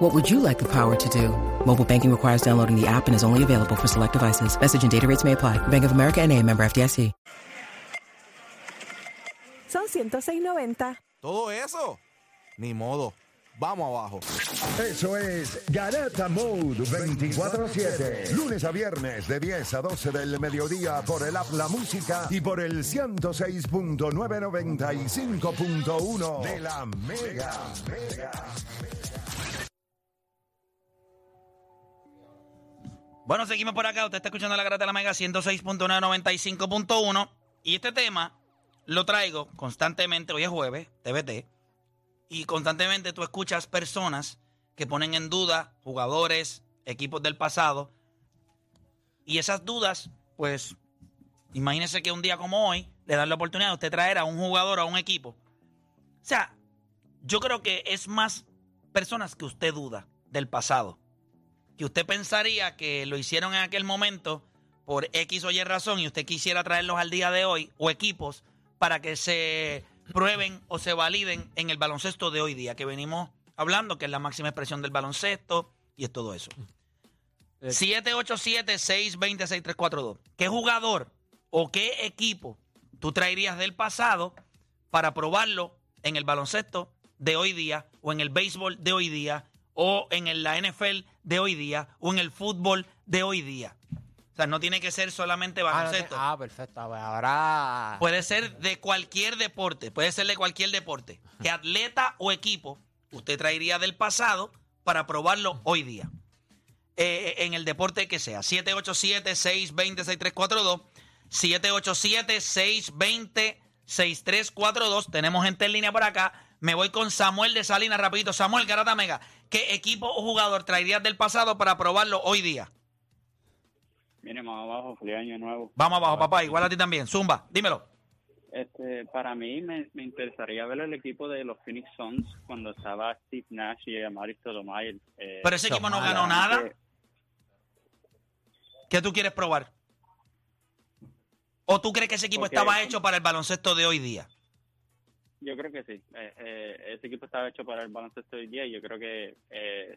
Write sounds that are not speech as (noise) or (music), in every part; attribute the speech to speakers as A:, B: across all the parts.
A: What would you like the power to do? Mobile banking requires downloading the app and is only available for select devices. Message and data rates may apply. Bank of America and a member FDIC.
B: Son 106.90.
C: Todo eso. Ni modo. Vamos abajo.
D: Eso es Garata Mode 24-7. Lunes a viernes de 10 a 12 del mediodía por el App La Música y por el 106.995.1 de la Mega.
E: Bueno, seguimos por acá. Usted está escuchando la Grata de la Mega 106.995.1. Y este tema lo traigo constantemente. Hoy es jueves, TBT. Y constantemente tú escuchas personas que ponen en duda jugadores, equipos del pasado. Y esas dudas, pues, imagínese que un día como hoy le dan la oportunidad de usted traer a un jugador, a un equipo. O sea, yo creo que es más personas que usted duda del pasado que usted pensaría que lo hicieron en aquel momento por X o Y razón y usted quisiera traerlos al día de hoy o equipos para que se prueben o se validen en el baloncesto de hoy día, que venimos hablando que es la máxima expresión del baloncesto y es todo eso. 787-620-6342. ¿Qué jugador o qué equipo tú traerías del pasado para probarlo en el baloncesto de hoy día o en el béisbol de hoy día o en el- la NFL de hoy día o en el fútbol de hoy día? O sea, no tiene que ser solamente
F: Ah, no te-
E: baloncesto.
F: ah, perfecto. Pues ahora.
E: Puede ser de cualquier deporte, puede ser de cualquier deporte. ¿Qué atleta o equipo usted traería del pasado para probarlo hoy día? Eh, en el deporte que sea. 787-620-6342. 787-620-6342. Tenemos gente en línea por acá. Me voy con Samuel de Salinas rapidito. Samuel Garata Mega, ¿qué equipo o jugador traerías del pasado para probarlo hoy día?
G: Mire, más abajo, feliz año nuevo.
E: Vamos abajo, papá. Igual a ti también. Zumba, dímelo.
G: Este, para mí me, me interesaría ver el equipo de los Phoenix Suns cuando estaba Steve Nash y Amari Stoudemire. Eh,
E: Pero ese equipo no ganó nada. ¿Qué tú quieres probar? ¿O tú crees que ese equipo
G: Ok.
E: estaba hecho para el baloncesto de hoy día?
G: Yo creo que sí. Eh, eh, ese equipo estaba hecho para el baloncesto hoy día y yo creo que eh,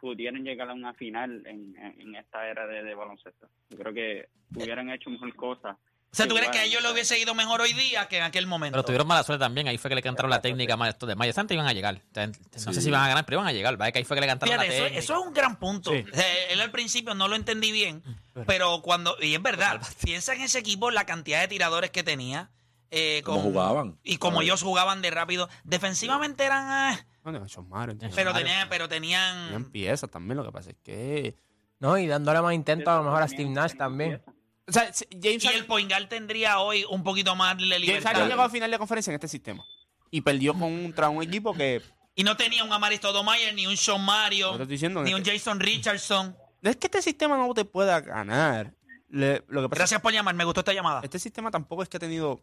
G: pudieran llegar a una final en, en- en esta era de, de baloncesto. Yo creo que hubieran hecho mejor cosas.
E: O sea, ¿tú
G: Igual,
E: crees que a ellos le hubiese ido mejor hoy día que en aquel momento?
H: Pero tuvieron mala suerte también. Ahí fue que le cantaron la técnica más esto de Maya Santa iban a llegar. O sea, No sé si iban a ganar, pero iban a llegar. ¿vale? Que ahí fue que le cantaron
E: Fíjate,
H: la
E: eso,
H: técnica.
E: eso es un gran punto.
H: Sí. Mm,
E: O sea, él al principio no lo entendí bien, pero cuando... Y es verdad,
H: Pues,
E: piensa en ese equipo, la cantidad de tiradores que tenía. eh,
I: Cómo
E: con-
I: jugaban.
E: Y como ellos jugaban de rápido. Defensivamente eran... ah,
F: Bueno, esos malos, entiendo.
E: pero, mm.
F: Malos.
E: tenían, pero
F: Tenían
E: tenían...
F: piezas también. Lo que pasa es que.
J: No, y dándole más intento a lo mejor a Steve Nash también.
F: O sea, si- James
E: Y el
F: Harden
E: Poingal tendría hoy un poquito más de
F: James
E: libertad.
F: Harden llegó a final de conferencia en este sistema. Y perdió contra un equipo que.
E: Y no tenía un Amari Stoudemire, ni un Sean Mario,
F: Yo te estoy diciendo
E: ni
F: que-
E: un Jason Richardson.
F: Es que este sistema no te pueda ganar. Le- lo que pasa
E: Gracias por llamar, me gustó esta llamada.
F: Este sistema tampoco es que ha tenido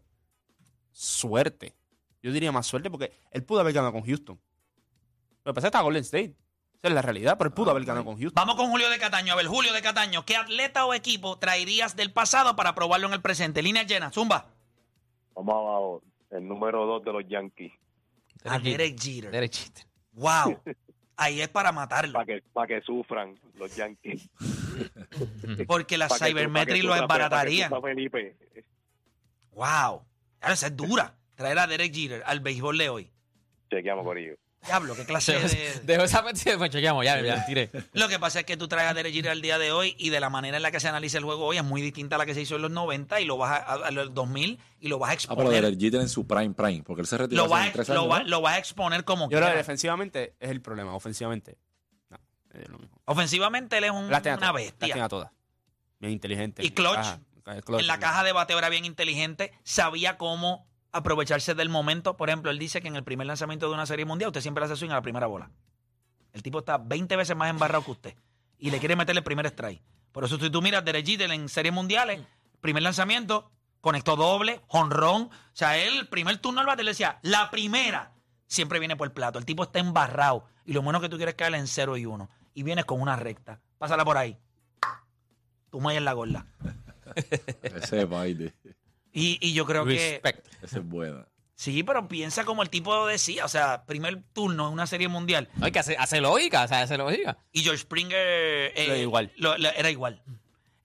F: suerte. Yo diría más suerte porque él pudo haber ganado con Houston. Lo que pasa es que está Golden State. Esa es la realidad, pero él
I: Ah,
F: pudo haber ganado con Houston.
E: Vamos con Julio de Cataño. A ver, Julio de Cataño, ¿qué atleta o equipo traerías del pasado para probarlo en el presente? Línea llena, zumba.
K: Vamos abajo. El número dos de los Yankees.
E: A Ah, (laughs) Derek Jeter.
H: Derechito.
E: Wow. Ahí es para matarlo.
K: Para que, pa' que sufran los Yankees.
E: (laughs) Porque la
K: Pa' que
E: Cybermetric
K: su-
E: lo
K: pa' que sufra- pa' que
E: desbarataría.
K: sufra pues, Felipe.
E: Wow. Claro, esa es dura. Traer a Derek Jeter al béisbol de hoy.
K: Chequeamos por ello.
E: Diablo, qué clase de...
H: Dejo esa partida y después chequeamos. Ya, ya, tiré.
E: Lo que pasa es que tú traes a Derek Jeter al día de hoy y de la manera en la que se analiza el juego hoy es muy distinta a la que se hizo en los 90 y lo vas a, a- a los 2000 y lo vas a
I: Ah, pero
E: exponer.
I: del Jeter en su prime prime, porque él se retiró
E: lo,
I: hace
E: vas a,
I: tres
E: lo
I: años,
E: va-
I: ¿no?
E: lo vas a exponer como
F: Yo creo que
E: quiera.
F: defensivamente es el problema. Ofensivamente, no. Es lo mismo.
E: Ofensivamente él es un-
F: Las tiene a
E: una
F: todas, Las
E: bestia.
F: tiene a todas. Bien inteligente.
E: Y
F: en la
E: clutch.
F: caja, el clutch,
E: En la
F: ¿no?
E: caja de bateo era bien inteligente, sabía cómo aprovecharse del momento. Por ejemplo, él dice que en el primer lanzamiento de una serie mundial usted siempre le hace swing a la primera bola. El tipo está 20 veces más embarrado que usted y le quiere meter el primer strike. Por eso si tú miras Derek Jeter en series mundiales, primer lanzamiento, conectó doble, jonrón. O sea, él, el primer turno al bate le decía, la primera siempre viene por el plato. El tipo está embarrado. Y lo menos que tú quieres es caerle en 0 y 1. Y vienes con una recta. Pásala por ahí. Tú mayas la gorda.
I: (laughs) Ese es baile.
E: Y, y yo creo que.
H: Respect.
I: Esa es buena.
E: Sí, pero piensa como el tipo decía. O sea, primer turno en una serie mundial.
H: No, hay que hacer, hace lógica, o sea, hace lógica.
E: Y George Springer eh,
F: Era igual.
E: lo- lo- era igual.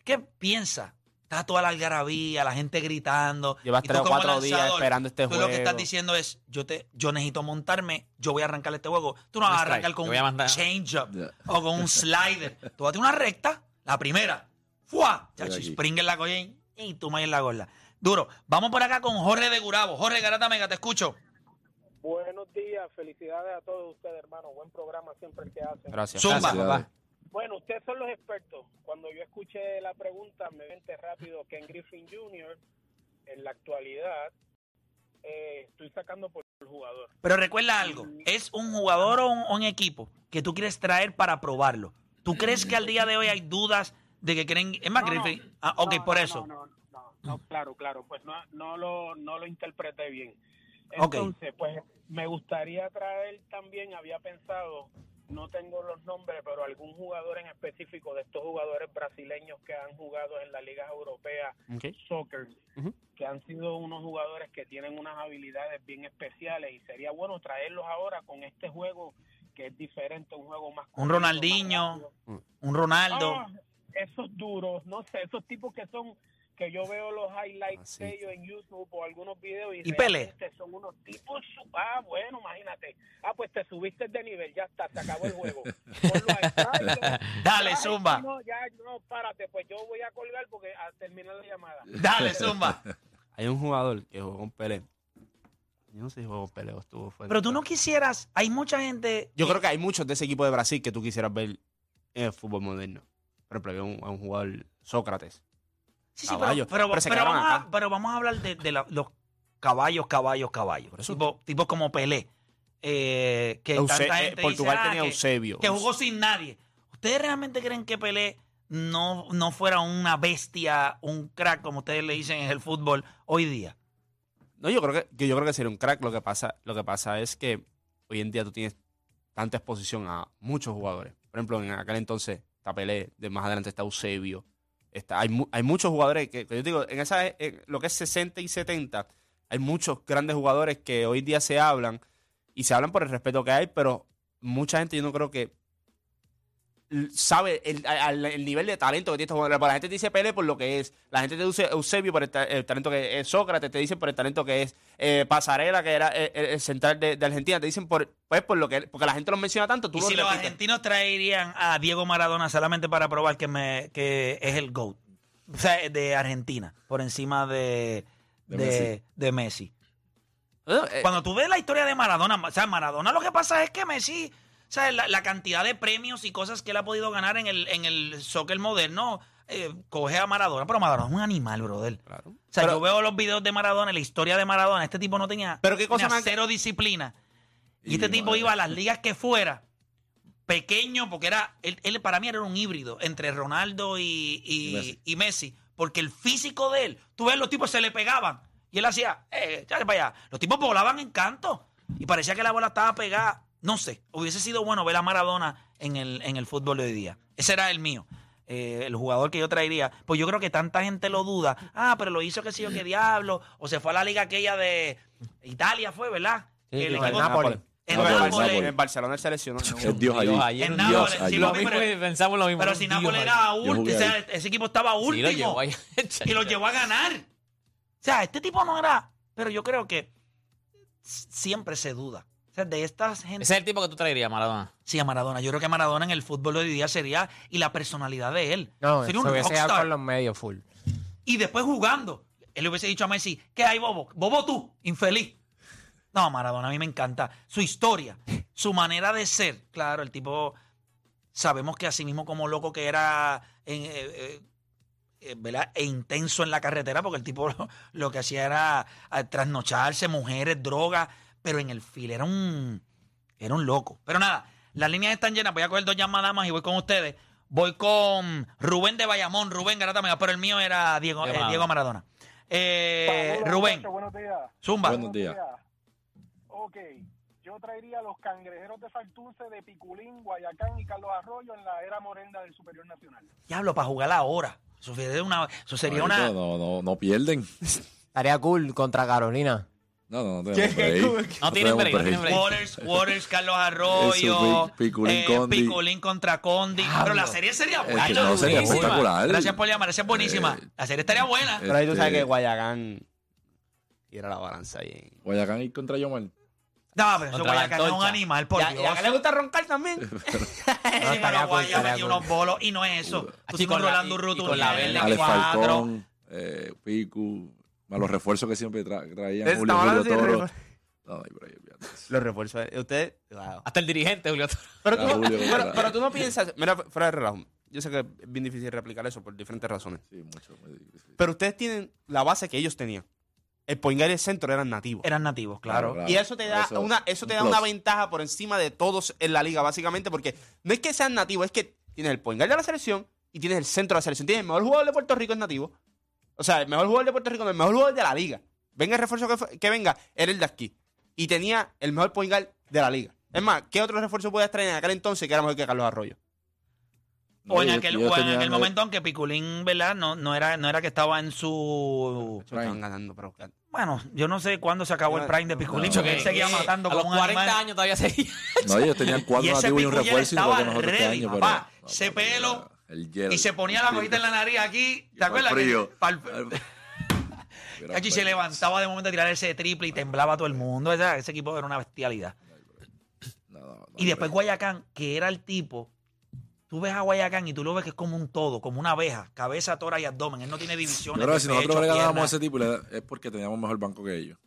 E: ¿Qué piensa? Está toda la algarabía, la gente gritando.
F: Llevas
E: Y tú
F: tres o
E: como
F: cuatro días
E: lanzador,
F: esperando este
E: Tú lo que estás
F: juego.
E: diciendo es, yo te, yo necesito montarme, yo voy a arrancar este juego. Tú no
H: Un
E: vas a
H: strike,
E: arrancar con
H: yo voy a
E: un
H: mandar-
E: change-up
I: Ya.
E: o con un slider. Tú vas a tener una recta, la primera. ¡Fua!
I: Estoy
E: Chachi,
I: aquí.
E: Springer la colla y- y tú me en la gorla. Duro. Vamos por acá con Jorge de Gurabo. Jorge Garata Mega, te escucho.
L: Buenos días, felicidades a todos ustedes, hermano. Buen programa siempre el que hacen.
F: Gracias.
E: Zumba.
F: Gracias, papá.
L: Bueno, ustedes son los expertos. Cuando yo escuché la pregunta, me vente rápido Ken Griffin Jr. en la actualidad eh, estoy sacando por el jugador.
E: Pero recuerda algo, es un jugador o un, o un equipo que tú quieres traer para probarlo. ¿Tú crees que al día de hoy hay dudas de que creen... Es más,
L: No, no.
E: Griffin. Ah, ok,
L: No,
E: por
L: no,
E: eso.
L: No, no, no, no, claro, claro, pues no, no, lo, no lo interpreté bien.
E: Ok.
L: Entonces, pues me gustaría traer también, había pensado, no tengo los nombres, pero algún jugador en específico de estos jugadores brasileños que han jugado en las ligas europeas
F: Ok.
L: soccer,
F: Ujú.
L: que han sido unos jugadores que tienen unas habilidades bien especiales y sería bueno traerlos ahora con este juego que es diferente, un juego más... corto, más
E: Ronaldinho,
L: rápido.
F: Mm.
E: Un Ronaldo.
L: Ah, esos duros, no sé, esos tipos que son que yo veo los highlights
F: Así.
L: de ellos en YouTube o algunos videos y, este
E: Y Pelé.
L: realmente son unos tipos, su- ah, bueno, imagínate. Ah, pues te subiste de nivel, ya está, se acabó el juego. Ponlo a strike.
E: Dale,
L: Ay,
E: Zumba.
L: No, ya, no, párate, pues yo voy a colgar porque a terminar la llamada.
F: (laughs)
E: Dale, Zumba.
F: Hay un jugador que jugó con Pelé. Yo no sé si jugó con Pelé o estuvo fuera.
E: Pero tú no quisieras... Hay mucha gente...
F: Yo creo que hay muchos de ese equipo de Brasil que tú quisieras ver en el fútbol moderno. Por ejemplo, había un, a un jugador Sócrates.
E: Sí, sí, pero,
F: Caballos.
E: pero,
F: Pero se
E: pero
F: quedaron
E: vamos a,
F: acá.
E: pero vamos a hablar de, de la- los caballos, caballos, caballos.
F: eso-
E: Tipo, tipo como Pelé. eh, que
F: Euse-
E: tanta
F: eh,
E: gente
F: Portugal
E: dice, ah,
F: tenía
E: que-
F: Eusebio.
E: que jugó sin nadie. ¿Ustedes realmente creen que Pelé no, no fuera una bestia, un crack, como ustedes le dicen en el fútbol hoy día?
F: No, yo creo que, que yo creo que sería un crack. Lo que pasa, lo que pasa es que hoy en día tú tienes tanta exposición a muchos jugadores. Por ejemplo, en aquel entonces está Pelé, de más adelante está Eusebio. Está, hay, mu- hay muchos jugadores que, que yo digo, en esa en lo que es 60 y 70, hay muchos grandes jugadores que hoy día se hablan y se hablan por el respeto que hay, pero mucha gente yo no creo que l- sabe el, al- el nivel de talento que tiene este jugador. La gente te dice Pele por lo que es. La gente te dice Eusebio por el, ta- el talento que es. Sócrates te dicen por el talento que es. Eh, Pasarela, que era eh, el, el central de, de Argentina, te dicen por, pues, por lo que Porque la gente lo menciona tanto, tú
E: Y
F: lo
E: si los
F: repites.
E: argentinos traerían a Diego Maradona solamente para probar que, me, que es el GOAT o sea, de Argentina, por encima de,
I: De
E: de-
I: Messi.
E: de Messi.
F: Eh,
E: Cuando tú ves la historia de Maradona, o sea, Maradona lo que pasa es que Messi, o sea, la, la cantidad de premios y cosas que él ha podido ganar en el, en el soccer moderno, eh, coge a Maradona, pero Maradona es un animal, brother.
F: claro.
E: O sea,
F: Pero-
E: yo veo los videos de Maradona, la historia de Maradona, este tipo no tenía,
F: Pero qué cosa
E: tenía
F: más-
E: cero disciplina. Y,
I: Y
E: este tipo
I: madre.
E: iba a las ligas que fuera, pequeño, porque era, él, él para mí era un híbrido entre Ronaldo y, y-
I: Y Messi.
E: y Messi, porque el físico de él, tú ves, los tipos se le pegaban y él hacía, eh, échale para allá. Los tipos volaban en canto y parecía que la bola estaba pegada. No sé, hubiese sido bueno ver a Maradona en el, en el fútbol de hoy día. Ese era el mío. eh, el jugador que yo traería, pues yo creo que tanta gente lo duda. Ah, pero lo hizo que sé yo qué diablo, o se fue a la liga aquella de Italia, fue, ¿verdad?
J: Sí,
E: Que el
J: que
E: equipo-
J: el Napoli.
E: el
I: Napoli,
E: Napoli.
I: Napoli.
F: eh, En Barcelona él se lesionó.
I: Es Dios allí.
H: Dios, ayer
E: En
H: un
E: Nápoles,
H: Dios
I: sí,
H: allí.
I: lo
H: Lo mismo
E: pero-
H: pensamos lo mismo.
E: Pero
H: un
E: si
H: Dios
E: Nápoles
H: allí.
E: era
I: Yo
E: último,
I: jugué
E: o sea,
I: ahí.
E: ese equipo estaba
H: Sí, lo llevó
E: último
H: ahí.
E: (laughs) y lo llevó a ganar. O sea, este tipo no era. Pero yo creo que s- siempre se duda. O sea, de estas gente.
H: Ese es el tipo que tú traerías, Maradona.
E: Sí, a Maradona. Yo creo que Maradona en el fútbol de hoy día sería. Y la personalidad de él.
J: No, se
E: sería un
J: hubiese dado
E: rockstar.
J: con los medios full.
E: Y después jugando. Él le hubiese dicho a Messi: ¿Qué hay, bobo? Bobo tú, infeliz. No, Maradona a mí me encanta. Su historia, su manera de ser. Claro, el tipo. Sabemos que así mismo, como loco que era. en, eh, eh, eh, ¿verdad? E intenso en la carretera, porque el tipo (laughs) lo, lo que hacía era ah, trasnocharse, mujeres, drogas, pero en el fil era un, era un loco. Pero nada, las líneas están llenas, voy a coger dos llamadas más y voy con ustedes. Voy con Rubén de Bayamón, Rubén Garata Mega, pero el mío era Diego, eh,
H: Llamada.
E: Diego Maradona. Eh,
L: Hola,
E: Rubén,
L: muchachos, buenos días.
E: Zumba.
I: Buenos días.
L: Ok, yo traería los cangrejeros de Faltunce, de Piculín, Guayacán y Carlos Arroyo en la era morenda del Superior Nacional.
E: diablo, para jugar ahora. Eso sería una. Eso sería una
I: No, no, no, no
J: (laughs)
I: pierden.
J: Tarea cool contra Carolina.
I: No, no, no tenemos break.
H: No
I: tenemos
H: tienen break, no tienen break.
E: Waters, Waters, Carlos Arroyo,
I: Eso, Pi- Piculín
E: eh,
I: Condi.
E: Piculín contra Condi. Pero la serie sería
I: que
E: buena.
I: no, sería
E: Buenísima.
I: espectacular. Eh,
E: Gracias por llamar, esa es buenísima. la serie estaría buena.
F: Pero ahí tú sabes
I: Este-
F: que Guayacán tira la balanza bien.
I: Guayacán y contra Yomar.
E: No, pero eso
H: Contra la
E: Guayacán es un
H: antorcha.
E: animal, por
F: Ya-
E: Dios.
F: ya que le gusta
I: (laughs)
F: roncar también.
E: Llega
J: estaría
E: la
J: cool,
E: Guaya,
J: estaría
E: metió
J: cool.
E: unos bolos y no es eso. Tú
H: Así
E: tienes
H: con la-
E: Rolando
H: y- y
E: Urrutia,
H: con la
E: el
H: verde,
E: cuatro.
I: Alex Falcón, eh, Picu, más los refuerzos que siempre tra- traían
F: Estamos
I: Julio,
F: hablando
I: Julio
F: de
I: Toro.
F: refuer-
I: No, no hay break, olvídate de eso.
F: Los refuerzos. eh, Usted. wow.
H: Hasta el dirigente, Julio Toro.
F: Pero
I: Ah,
F: tú, no,
I: Julio,
F: pero,
I: claro.
F: pero tú no piensas. Mira, fuera de relajo. Yo sé que es bien difícil replicar eso por diferentes razones.
I: Sí, mucho, muy difícil.
F: Pero ustedes tienen la base que ellos tenían. El point guard y el centro eran nativos.
E: Eran nativos, claro.
I: Claro,
F: Y eso te da,
I: Eso,
F: una, eso te
I: un
F: da una
I: plus.
F: ventaja por encima de todos en la liga, básicamente, porque no es que sean nativos, es que tienes el point guard de la selección y tienes el centro de la selección. Tienes el mejor jugador de Puerto Rico es nativo. O sea, el mejor jugador de Puerto Rico, no, el mejor jugador de la liga. Venga el refuerzo que, fue- que venga, era el de aquí. Y tenía el mejor point guard de la liga. Es más, ¿qué otro refuerzo podías traer en aquel entonces que era mejor que Carlos Arroyo?
E: O en
I: ellos-
E: aquel,
I: ellos
E: o en
I: tenían eh,
E: aquel
I: el-
E: momento, aunque Piculín, ¿verdad? No, no, era, no era que estaba en su.
F: Eso estaban ganando, pero
E: Bueno, yo no sé cuándo se acabó el Prime de Piculín,
I: No,
E: porque él
I: no.
E: seguía matando
H: a los
E: como un
H: 40
E: animal.
H: años todavía seguía.
I: No, ellos tenían
E: (laughs) Y
I: cuatro
E: ese
I: nativos y un
E: Piculín
I: refuerzo igual que
E: estaba
I: nosotros este
E: ready,
I: año. Pero,
E: papá.
I: no,
E: Ese
I: pero
E: pelo
I: mira, el hielo.
E: Y se ponía la cojita
I: (laughs)
E: en la nariz aquí. ¿Te
I: Pa'l
E: acuerdas? que-
I: frío.
E: pa'l- (laughs)
I: Mira,
E: Cacho, y se levantaba de momento a tirar ese triple y temblaba todo el mundo. Esa- Ese equipo era una bestialidad.
I: no, no, no,
E: Y después
I: hombre.
E: Guayacán, que era el tipo. Tú ves a Guayacán y tú lo ves que es como un todo, como una abeja, cabeza, tora y abdomen. Él no tiene
I: Yo
E: divisiones.
I: creo que si
E: de pecho,
I: nosotros regalábamos a
E: pierna.
I: ese tipo le- es porque teníamos mejor banco que ellos.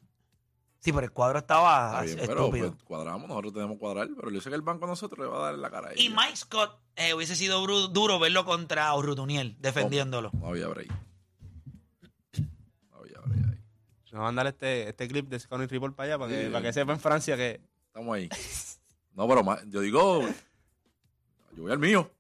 E: Sí, pero el cuadro estaba
H: Ah,
I: Está bien, pero
E: estúpido.
I: pues, cuadramos, nosotros tenemos que cuadrar, pero yo sé que el banco a nosotros le va a dar en la cara. a
E: y
I: ellos.
E: Mike Scott eh, hubiese sido bru- duro verlo contra Urrutuniel defendiéndolo.
I: No había break. No había break ahí.
F: Nos van a mandar este, este clip de Scottie Report para allá, para que,
I: Sí.
F: para que sepa en Francia que.
I: Estamos ahí. No, pero ma- yo digo, yo voy al mío.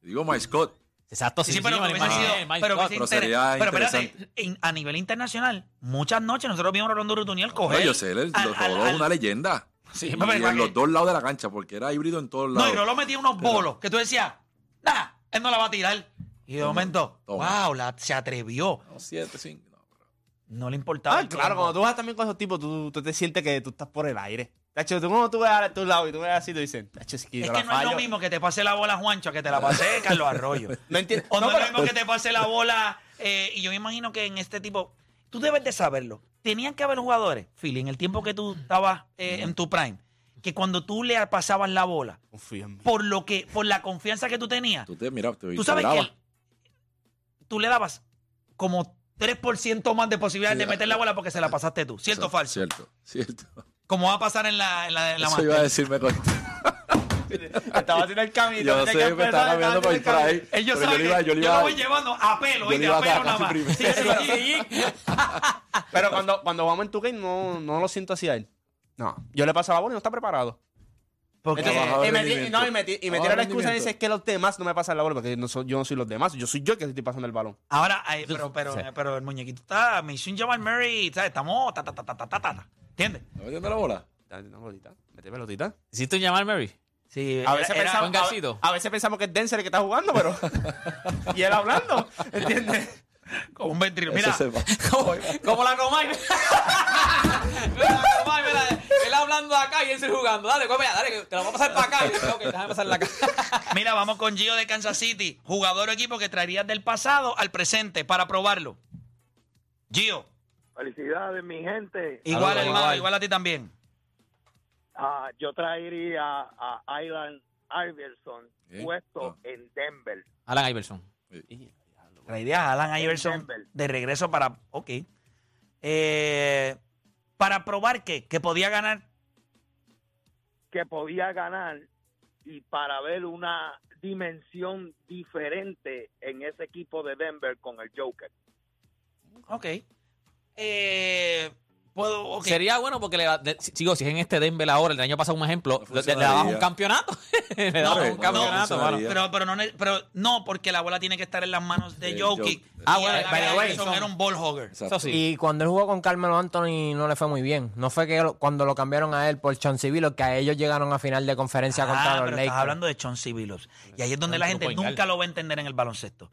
I: Yo digo My Scott.
H: Exacto,
E: Sí, pero
H: me
E: que hubiese
H: imagino.
E: sido.
H: Mike
E: Pero,
H: Scott.
E: que
I: pero
E: se inter-
I: sería
E: pero espérate, en- a nivel internacional, muchas noches nosotros vimos a Rolando Urrutuniel coger.
I: No, yo sé, el,
E: al-
I: los
E: al-
I: Rodó es
E: al-
I: una leyenda.
E: Sí,
I: y
E: pero para
I: en
E: que-
I: los dos lados de la cancha, porque era híbrido en todos
E: No,
I: lados.
E: y Roló metía unos bolos que tú decías, nada, él no la va a tirar. Y de
I: Toma,
E: momento,
I: toma.
E: wow, la, se atrevió.
I: No, siete, cinco. no, pero-
E: No le importaba.
F: Ah, claro, cuando tú vas también con esos tipos, tú, tú te sientes que tú estás por el aire. Tacho, tú cuando tú ves a tu lado y tú ves así, tú dices, tacho, es que yo
E: Es
F: la
E: que no es
F: fallo.
E: lo mismo que te pase la bola a Juancho que te la pase
F: (laughs)
E: Carlos Arroyo.
F: No entiendo.
E: O no,
F: No,
E: es
F: pero-
E: lo mismo que te pase
I: pues,
E: la bola. eh, y yo me imagino que en este tipo, tú debes de saberlo. Tenían que haber jugadores, Philly, en el tiempo que tú estabas eh, en tu prime, que cuando tú le pasabas la bola,
F: Confío en mí.
E: por lo que, por la confianza que tú tenías,
I: Tú te este, mira, te
E: Tú sabes que
I: brava.
E: el- tú le dabas como 3% más de posibilidades
I: Sí,
E: de meter la bola porque se la pasaste tú. ¿Cierto o falso?
I: Cierto, cierto.
E: Como va a pasar en la, en la, en la
I: Eso
E: Masters.
I: iba a decirme con...
F: Estaba haciendo el camino.
I: Yo
F: tenía
I: sé,
F: que
I: me
F: empezar,
I: estaba cambiando
F: haciendo
I: por
F: el
I: ahí.
F: camino.
E: Ellos
I: Pero yo
E: saben
I: le iba-
E: que yo,
I: yo le
E: lo
I: iba-
E: voy llevando a pelo,
I: yo
E: ¿oíste?
I: le iba
E: A
I: a
E: pelo
I: atacar
E: nada más.
I: primero.
E: Sí, sí, sí.
F: (laughs) Pero cuando, cuando vamos en tu game, no, no lo siento así a él. No, yo le paso la bola y no está preparado.
E: Porque
F: Entonces,
I: Abajo
F: y, me, ti-
I: rendimiento.
F: no, y me ti- y me
I: Abajo
F: tira la excusa y
I: rendimiento.
F: dice es que los demás no me pasan la bola porque no soy- yo no soy los demás, yo soy yo el que estoy pasando el balón.
E: ahora, ay, pero, pero, eh,
F: Sí.
E: pero el muñequito está, Mission Jamal Murray, ¿sabes? Estamos, ta, ta, ta, ta, ta, ta, ta. ¿entiendes?
I: ¿Está metiendo la bola?
F: Dale una pelotita, mete pelotita.
H: ¿Hiciste un llamar, Mary?
E: Sí,
F: A veces,
E: era-
F: pensamos,
H: Juan Garcito.
F: a, a veces pensamos que es Denzel el que está jugando, pero. y él
E: (laughs)
F: hablando, ¿entiendes?
E: era como un ventrilo.
I: Eso
E: Mira,
I: se va.
H: ¿Cómo, cómo la Comay? (laughs) la Comay, mira, él hablando acá y él se jugando. Dale, come, dale, que te la voy a pasar para acá. Y yo, ok, déjame pasarla acá.
E: mira, vamos con Gio de Kansas City, jugador o equipo que traerías del pasado al presente para probarlo. Gio,
L: (laughs) Felicidades, mi gente.
E: igual,
H: Saludos,
E: hermano,
H: igual.
E: igual a ti también.
L: Ah, yo traería a Island Iverson
I: Bien.
L: puesto
I: Ah.
L: en Denver.
H: (laughs) Alan Iverson.
E: Traerías a Alan Iverson
L: Denver.
E: de regreso para. Ok. Eh, para probar que, que podía ganar.
L: que podía ganar y para ver una dimensión diferente en ese equipo de Denver con el Joker.
E: Ok. Eh, Puedo, ok.
H: Sería bueno porque le, le- si- sigo, si es en este Denver ahora, el año pasado un ejemplo, le, le dabas
E: funcionaría.
H: un campeonato. (laughs) le dabas
E: No,
H: un campeonato,
E: no,
H: mano.
E: pero, pero, no, ne- pero no, porque la bola tiene que estar en las manos de
H: De
E: Jokic.
H: Jokic. Ah,
E: Y
H: bueno,
E: el
H: by the way,
E: Anderson
H: son-
E: era un ball hogger.
J: Y cuando él jugó con Carmelo Anthony no le fue muy bien. No fue que lo- cuando lo cambiaron a él por Chancevilo que a ellos llegaron a final de conferencia
E: Ah,
J: contra los
E: pero estás
J: Lakers.
E: hablando de Chauncey Billups. Y ahí es donde
J: No,
E: la
J: no
E: gente
J: pueden
E: nunca
J: ganar.
E: lo va a entender en el baloncesto.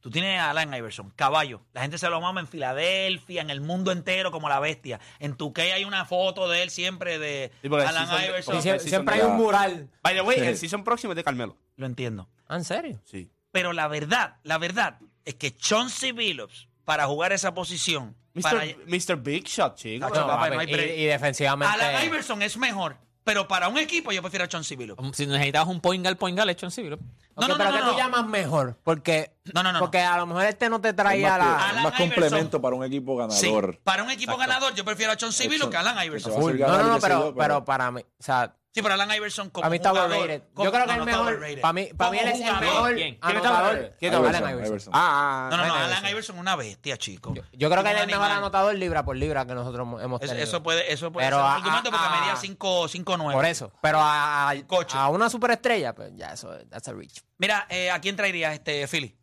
E: Tú tienes a Allen Iverson, caballo. La gente se lo mama en Filadelfia, en el mundo entero, como la bestia. En tu hay una foto de él siempre de
F: Sí, porque el
E: Alan
F: season de-
E: Iverson.
F: porque el season de la- By the way,
E: Sí.
F: el season próximo es de Carmelo.
E: Lo entiendo.
J: ¿En serio?
F: Sí.
E: Pero la verdad, la verdad es que Chauncey Billups, para jugar esa posición, para-
F: Mr. Mr. Big Shot, chico.
E: No,
F: Pero,
E: papá,
F: papi,
E: no hay
F: y-
E: break.
J: Y defensivamente.
E: Alan Iverson es mejor. Pero para un equipo, yo prefiero a Chauncey Billups.
H: Um, Si necesitabas un point guard, point guard, hecho en Civil.
J: Ok, pero ¿qué tú llamas mejor? Porque, porque a lo mejor este no te traía la...
I: Es Ah, más complemento para un equipo ganador.
E: Para un equipo ganador, yo prefiero a Chauncey Billups que a Alan Iverson.
J: Full. No, no, no, pero, pero para mí, o sea,
E: Sí, pero Alan Iverson como
J: para mí está
E: jugador,
J: overrated.
E: como-
J: Yo creo que
E: no,
J: es
E: no
J: el
E: está
J: mejor.
E: overrated.
J: Para mí, para mí
E: Como
J: él es el
E: jugador.
J: mejor
E: ¿Quién? ¿Quién está
J: anotador.
E: overrated?
J: ¿Quién
I: Iverson,
J: está- Allen Iverson.
I: Iverson.
F: Ah,
E: No, no, no, Alan Iverson una bestia, chico.
J: Yo creo que
E: Un
J: él es el mejor
E: animal.
J: anotador libra por libra que nosotros hemos
E: Eso,
J: tenido.
E: eso puede, eso puede
J: Pero
E: ser un
J: a-
E: argumento porque
J: a-
E: medía 5 cinco, 9
J: Por eso. Pero a, a- a una superestrella, pues ya, eso, that's a reach.
E: Mira, eh, ¿a quién traerías, este, Philly?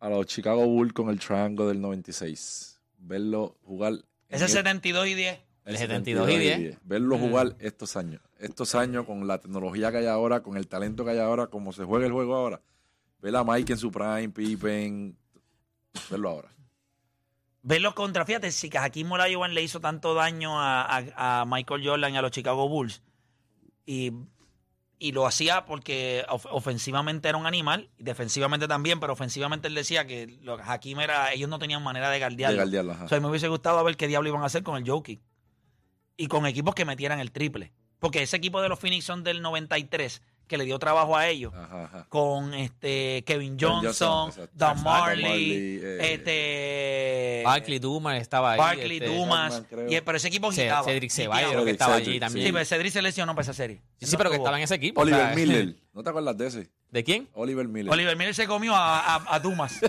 I: A los Chicago Bulls con el triángulo del 96. Verlo jugar. en
E: Ese
I: el-
E: 72 y 10.
I: el
H: El 72 y ¿eh? 10.
I: Verlo jugar estos años. Estos años con la tecnología que hay ahora, con el talento que hay ahora, como se juega el juego ahora. Ver a Mike en su prime, Pippen. Verlo ahora.
E: Verlos contra, fíjate, si que Hakeem Olajuwon le hizo tanto daño a, a- a Michael Jordan y a los Chicago Bulls, y, y lo hacía porque of- ofensivamente era un animal, y defensivamente también, pero ofensivamente él decía que lo, Hakeem era, ellos no tenían manera de
I: De
E: guardiarlo.
I: Galdiarlo, ajá.
E: O sea, me hubiese gustado a ver qué diablo iban a hacer con el Jokic. Y con equipos que metieran el triple. Porque ese equipo de los Phoenix son del 93, que le dio trabajo a
F: Ah.
E: ellos.
I: Ajá, ajá.
E: Con este Kevin Johnson,
I: Johnson, exacto.
E: Don
I: Exacto,
E: Marley,
I: Marley,
E: este
H: Barkley Dumas estaba ahí.
E: Barkley,
H: este-
E: Dumas.
H: Rodman, creo.
E: y- pero ese equipo
H: Ce-
E: gitaba.
H: Cedric
E: gitaba.
H: Ceballos creo que estaba allí también.
E: Sí, pero Cedric se lesionó para esa serie.
H: Sí, sí, pero que estaba en ese equipo. o
I: Oliver
H: sea,
I: Miller. ¿No te acuerdas de ese?
F: (laughs)
H: ¿De quién?
I: Oliver Miller.
E: Oliver Miller se comió a, a- a
H: (laughs)
E: Dumas.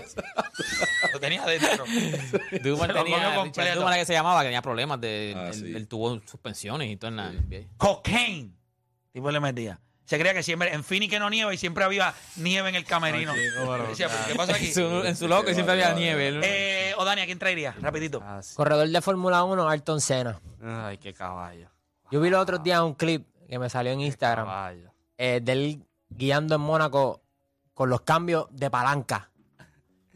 E: Lo tenía adentro.
H: Dumas
E: Se lo comió
H: tenía, Richard
E: completo.
H: Dumas era que se llamaba, que tenía problemas de...
I: Ah,
H: él,
I: sí.
H: él tuvo suspensiones y todo en la NBA.
E: cocaine. Tipo le metía. Se creía que siempre, en Phoenix que no nieva y siempre había nieve en el camerino.
H: Ah,
E: Y decía, "¿Pero ¿qué pasa aquí?
H: En su, en su loco y siempre había nieve. él-
E: Eh, o Dani, ¿a quién traería? Rapidito.
H: Ah.
J: Corredor de Fórmula 1, Ayrton Senna.
F: Ay, qué caballo.
J: Yo vi los otros días un clip que me salió en Instagram eh, de él guiando en Mónaco con los cambios de palanca.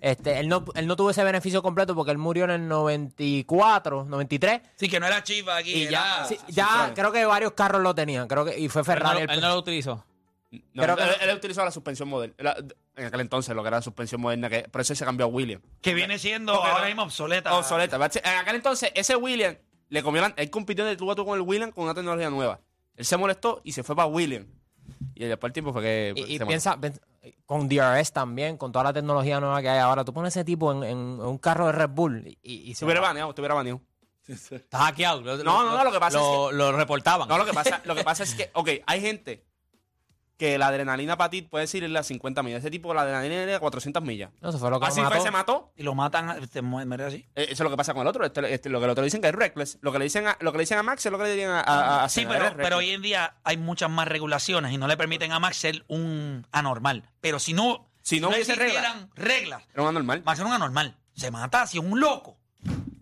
J: Este, él no, él no tuvo ese beneficio completo porque él murió en el 94, 93.
E: Sí, que no era chiva aquí.
J: Y ya,
E: era-
J: sí, ya creo que varios carros lo tenían. Creo que, y fue
H: Pero no
J: Ferrari.
H: lo-
J: el-
H: él no lo utilizó.
F: No,
J: Creo que-
F: él, él utilizaba la suspensión moderna. La- en aquel entonces, lo que era la suspensión moderna, que por eso se cambió a William.
E: que viene siendo
F: Porque
E: ahora
F: no-
E: mismo obsoleta.
J: Ah.
F: Obsoleta. ¿verdad? En aquel entonces, ese William le comió la- Él compitió de tú a tú con el William con una tecnología nueva. Él se molestó y se fue para William. Y después el tiempo fue que.
J: Y, y
F: se
J: piensa, ven- con DRS también, con toda la tecnología nueva que hay ahora. Tú pones ese tipo en, en un carro de Red Bull y, y, y
F: Se
J: se
F: hubiera
J: va.
F: baneado, te hubiera baneado.
H: Está hackeado. Lo-
F: No, no, no, lo que pasa
H: lo, lo reportaban.
F: No, lo que pasa, lo que pasa es que, ok, hay gente que la adrenalina para ti puede decirle a 50 millas. Ese tipo, la adrenalina era de 400 millas.
J: No, eso fue lo que
F: Así
J: lo
F: fue,
J: mató.
F: se mató.
E: Y lo matan, te muere así.
F: Eh, Eso es lo que pasa con el otro. Este- este- lo que el otro dicen que es reckless. Lo que le dicen a, lo que le dicen a Max es lo que le dicen a. a- a
E: Sí,
F: Senna,
E: pero,
F: es
E: pero
F: reckless.
E: hoy en día hay muchas más regulaciones y no le permiten a Max ser un anormal. Pero si no,
F: Si no hubiese regla.
E: existieran reglas,
F: Era un anormal.
E: Max era un anormal. Se mata, si es un loco.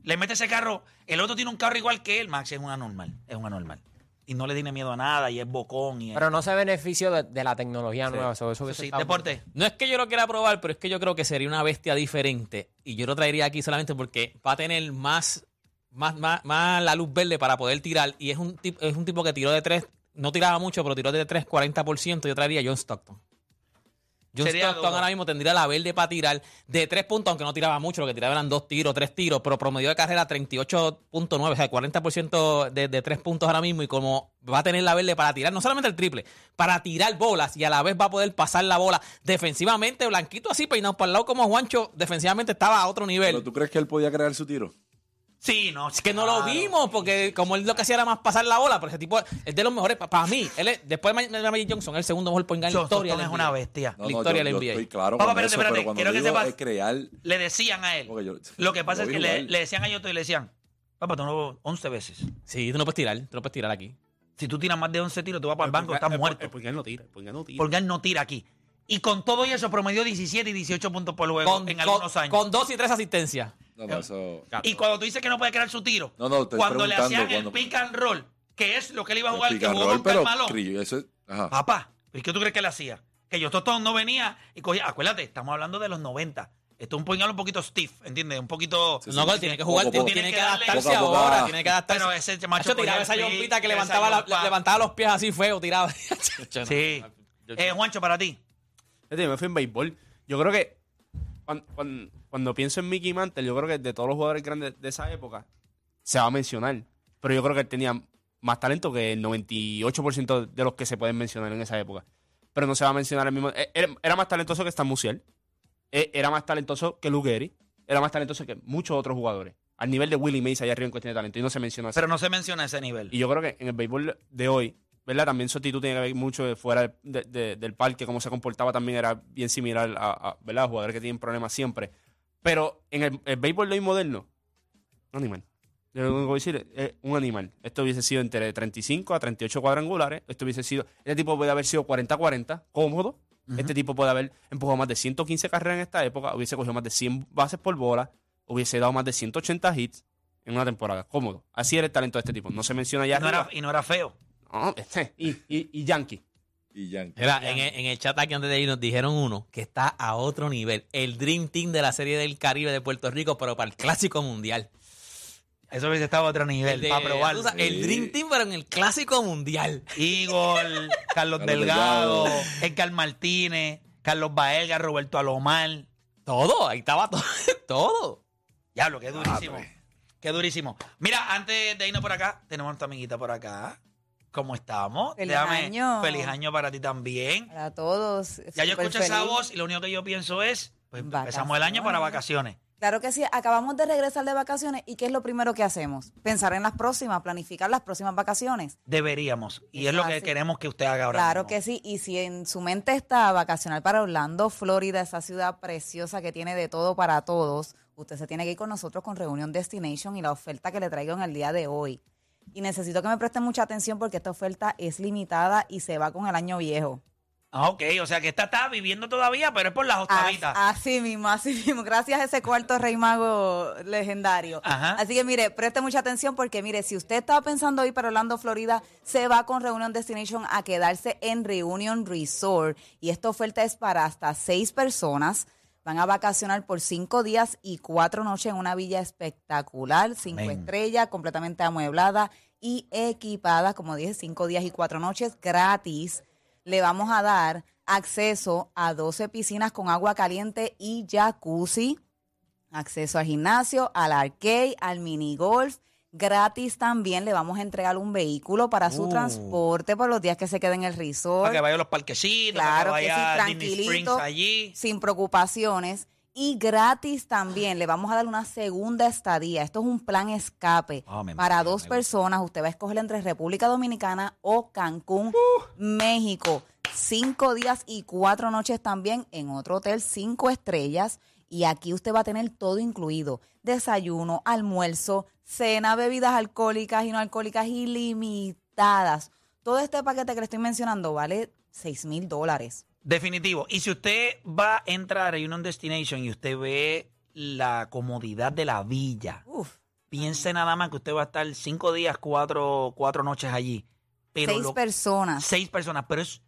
E: Le mete ese carro. El otro tiene un carro igual que él. Max es un anormal. Es un anormal. Y no le tiene miedo a nada y es bocón. Y es-
J: Pero no se benefició de, de la tecnología nueva. Eso, eso hubiese
E: sí,
J: estado-
E: deporte.
H: No es que yo lo quiera probar, pero es que yo creo que sería una bestia diferente. Y yo lo traería aquí solamente porque va a tener más, más, más, más la luz verde para poder tirar. Y es un, tip- es un tipo que tiró de tres, no tiraba mucho, pero tiró de tres, 40%. Yo traería a John Stockton. John
E: Sería
H: Stockton
E: duro.
H: ahora mismo tendría la verde para tirar de tres puntos, aunque no tiraba mucho, lo que tiraba eran dos tiros, tres tiros, pero promedio de carrera 38.9, o sea, 40% de, de tres puntos ahora mismo. Y como va a tener la verde para tirar, no solamente el triple, para tirar bolas y a la vez va a poder pasar la bola defensivamente, blanquito así, peinado para el lado como Juancho, defensivamente estaba a otro nivel.
I: Pero tú crees que él podía crear su tiro.
E: Sí, no.
H: Es que no lo vimos, porque como él lo que hacía era más pasar la bola, pero ese tipo es de los mejores, pa- para mí, él es, después de Magic Johnson, el segundo mejor point guard en la
E: John
H: historia.
E: Stockton
H: del
E: es
H: NBA.
E: una bestia.
I: No, no,
H: Victoria
I: yo-
H: del
I: yo
H: NBA.
I: estoy claro
E: Papá,
I: con
E: espérate,
I: eso,
E: espérate,
I: pero cuando
E: quiero que
I: digo
E: sepas-
I: es crear...
E: Le decían a él.
I: Porque yo-
E: Lo que
I: lo
E: pasa es
I: vi
E: que le,
I: jugar.
E: le decían a Yoto y le decían, Papá, tú no 11 veces.
H: Sí, tú no puedes tirar, tú no puedes tirar aquí.
E: Si tú tiras más de 11 tiros, tú vas para el banco, estás muerto.
F: Eh, Porque él no tira, porque él no tira.
E: Porque él no tira aquí. Y con todo y eso promedió 17 y 18 puntos por juego
H: Con-
E: en
H: con-
E: algunos años.
H: Con dos y tres asistencias.
I: No, no, eso.
E: Y cuando tú dices que no puede crear su tiro,
I: No, no, estoy
E: cuando le
I: preguntando,
E: hacían
I: cuando-
E: el pick and roll, que es lo que él iba a
I: No
E: jugar, que
I: pican
E: jugó
I: roll,
E: con
I: pero
E: Carmelo.
I: crillo, eso es- ajá.
E: Papá, ¿y qué tú crees que le hacía? Que yo Tostón no venía y cogía. Acuérdate, estamos hablando de los 90. Esto es un puñal un poquito stiff, ¿entiendes? Un poquito.
H: No,
E: Tiene
H: tiene que jugar,
I: Poco a poco.
H: tiene que
E: darle-
H: adaptarse
I: Poco a poco.
H: ahora,
I: Ah.
H: tiene que adaptarse.
E: Pero ese macho
H: Hacho, tiraba
E: cogía
H: esa
E: el
H: yompita
E: pick,
H: que
E: esa
H: levantaba, la-
E: yompa.
H: levantaba los pies así feo, tiraba. (laughs) Hacho, no.
E: Sí.
F: Yo-
E: Eh, Juancho, para ti.
F: Fíjate, Yo me fui en béisbol. Yo creo que cuan- cuan- cuando, pienso en Mickey Mantle, yo creo que de todos los jugadores grandes de esa época se va a mencionar. Pero yo creo que él tenía más talento que el 98% de los que se pueden mencionar en esa época. Pero no se va a mencionar el mismo. eh, Era, era más talentoso que Stan Musial. Eh, Era más talentoso que Lugeri. Era más talentoso que muchos otros jugadores. Al nivel de Willie Mays allá arriba en cuestión de talento. Y no se menciona así.
E: Pero no se menciona ese nivel.
F: Y yo creo que en el béisbol de hoy, ¿verdad? También su actitud tiene que ver mucho de fuera de- de- del parque, cómo se comportaba también era bien similar a, a, ¿verdad? a jugadores que tienen problemas siempre. Pero en el, el béisbol de hoy moderno, un animal. Yo lo único que voy a decir es un animal. Esto hubiese sido entre 35 a 38 cuadrangulares. Esto hubiese sido. Este tipo puede haber sido 40-40, cómodo. Este tipo puede haber empujado más de 115 carreras en esta época. Hubiese cogido más de 100 bases por bola. Hubiese dado más de 180 hits en una temporada. Cómodo. Así era el talento de este tipo. No se menciona ya.
E: No
F: arriba.
E: era- y no era feo.
F: No, este, y, y, y Yankee.
I: Y Yankee.
H: Mira, en, el- en el chat aquí antes de ir nos dijeron uno que está a otro nivel. El Dream Team de la Serie del Caribe de Puerto Rico, pero para el Clásico Mundial.
E: Eso hubiese estado a otro nivel,
H: El de-
E: para probarlo.
H: tú sabes, El Dream Team, pero en el Clásico Mundial.
E: Igor, Carlos
I: Carlos
E: Delgado,
I: Delgado.
E: Edgar Martínez, Carlos Baelga, Roberto Alomar.
H: Todo, ahí estaba todo. (laughs) todo.
E: Diablo, qué durísimo. qué durísimo. Mira, antes de irnos por acá, tenemos a nuestra amiguita por acá. ¿Cómo estamos?
M: Feliz año.
E: Feliz año para ti también.
M: Para todos.
E: Ya yo
M: súper
E: escucho esa
M: feliz.
E: voz y lo único que yo pienso es, pues empezamos el
M: Vacaciones.
E: año para vacaciones.
M: Claro que sí, acabamos de regresar de vacaciones y ¿qué es lo primero que hacemos? Pensar en las próximas, planificar las próximas vacaciones.
E: Deberíamos. Y
M: Eso
E: es lo que
M: así.
E: queremos que usted haga ahora.
M: claro
E: mismo.
M: que sí, y si en su mente está vacacional para Orlando, Florida, esa ciudad preciosa que tiene de todo para todos, usted se tiene que ir con nosotros con Reunión Destination y la oferta que le traigo en el día de hoy. Y necesito que me presten mucha atención porque esta oferta es limitada y se va con el año viejo.
E: Ah, ok. O sea que esta está viviendo todavía, pero es por las
M: Así,
E: octavitas.
M: así mismo, así mismo. Gracias a ese cuarto rey mago legendario.
E: Ajá.
M: Así que mire, preste mucha atención porque mire, si usted estaba pensando ir para Orlando, Florida, se va con Reunion Destination a quedarse en Reunion Resort. Y esta oferta es para hasta seis personas. Van a vacacionar por cinco días y cuatro noches en una villa espectacular, cinco
E: Amén.
M: estrellas, completamente amueblada y equipada, como dije, cinco días y cuatro noches gratis le vamos a dar acceso a 12 piscinas con agua caliente y jacuzzi, acceso al gimnasio, al arcade, al minigolf. Gratis también le vamos a entregar un vehículo para su
E: Uh.
M: transporte por los días que se quede en el resort
E: Para que vaya a los parquecitos,
M: Claro
E: para que
M: que
E: vaya
M: sí,
E: a Disney Springs
M: tranquilito.
E: allí.
M: sin preocupaciones y gratis también. Le vamos a dar una segunda estadía. Esto es un plan escape
E: Ah, me
M: para
E: imagino,
M: dos
E: me gusta.
M: personas. Usted va a escoger entre República Dominicana o Cancún, México. Cinco días y cuatro noches también en otro hotel, cinco estrellas. Y aquí usted va a tener todo incluido. Desayuno, almuerzo, cena, bebidas alcohólicas y no alcohólicas ilimitadas. Todo este paquete que le estoy mencionando vale seis mil dólares.
E: Definitivo. Y si usted va a entrar a Union Destination y usted ve la comodidad de la villa,
M: Uf.
E: piense nada más que usted va a estar cinco días, cuatro, cuatro noches allí. Pero
M: seis
E: lo-
M: personas.
E: seis personas, pero es,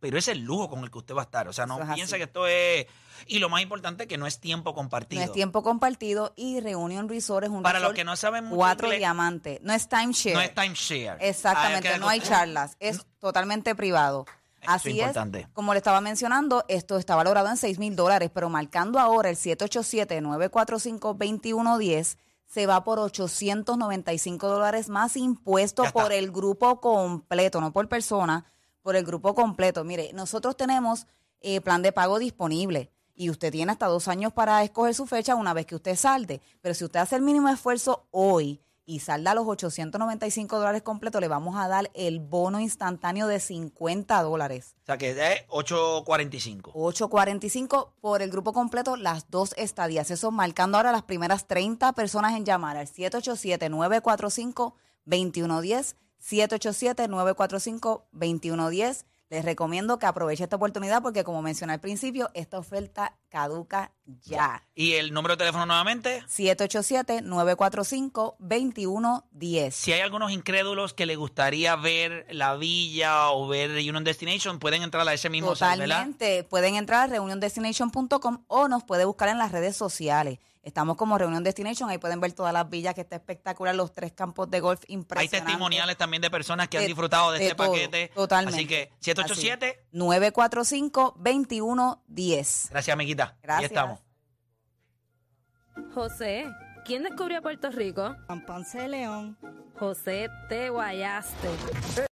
E: pero es el lujo con el que usted va a estar. O sea, no
M: Eso es
E: piense
M: así.
E: que esto es. Y lo más importante que no es tiempo compartido.
M: No es tiempo compartido y Reunion Resort es un
E: Para los
M: resort
E: que no saben mucho
M: cuatro
E: inglés,
M: diamantes. No es timeshare.
E: no es timeshare.
M: Exactamente,
E: Hay que-
M: no hay charlas. Es totalmente privado.
E: Eso es
M: Así es,
E: importante.
M: como le estaba mencionando, esto está valorado en 6 mil dólares, pero marcando ahora el 787-945-2110, se va por 895 dólares más impuesto
E: Ya está.
M: por el grupo completo, no por persona, por el grupo completo. Mire, nosotros tenemos eh, plan de pago disponible y usted tiene hasta dos años para escoger su fecha una vez que usted salte, pero si usted hace el mínimo esfuerzo hoy y salda los 895 dólares completo, le vamos a dar el bono instantáneo de 50 dólares.
E: O sea que es 845.
M: 8.45 por el grupo completo, las dos estadías. Eso marcando ahora las primeras 30 personas en llamar al 787-945-2110. 787-945-2110. Les recomiendo que aprovechen esta oportunidad porque, como mencioné al principio, esta oferta caduca ya.
E: Y el número de teléfono nuevamente.
M: 787-945-2110.
E: Si hay algunos incrédulos que les gustaría ver la villa o ver Union Destination, pueden entrar a ese mismo site, ¿verdad?
M: Totalmente. Pueden entrar a reuniondestination.com o nos puede buscar en las redes sociales. Estamos como Reunión Destination, ahí pueden ver todas las villas que está espectacular, los tres campos de golf
E: Hay
M: impresionantes.
E: testimoniales también de personas que han
M: De-
E: disfrutado de,
M: de
E: este
M: todo,
E: paquete.
M: totalmente.
E: Así que 787.
M: 945-2110.
E: Gracias, amiguita. Ahí
M: Gracias.
E: estamos.
N: José, ¿quién descubrió Puerto Rico?
O: Ponce de León.
N: José, te guayaste.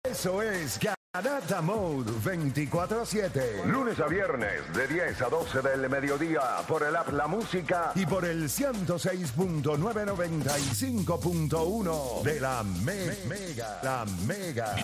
D: Eso es Garata Mode 24-7.
N: Lunes
D: a viernes de 10 a 12 del mediodía por el app La Música y por el 106.995.1 de la Me- Mega. La Mega.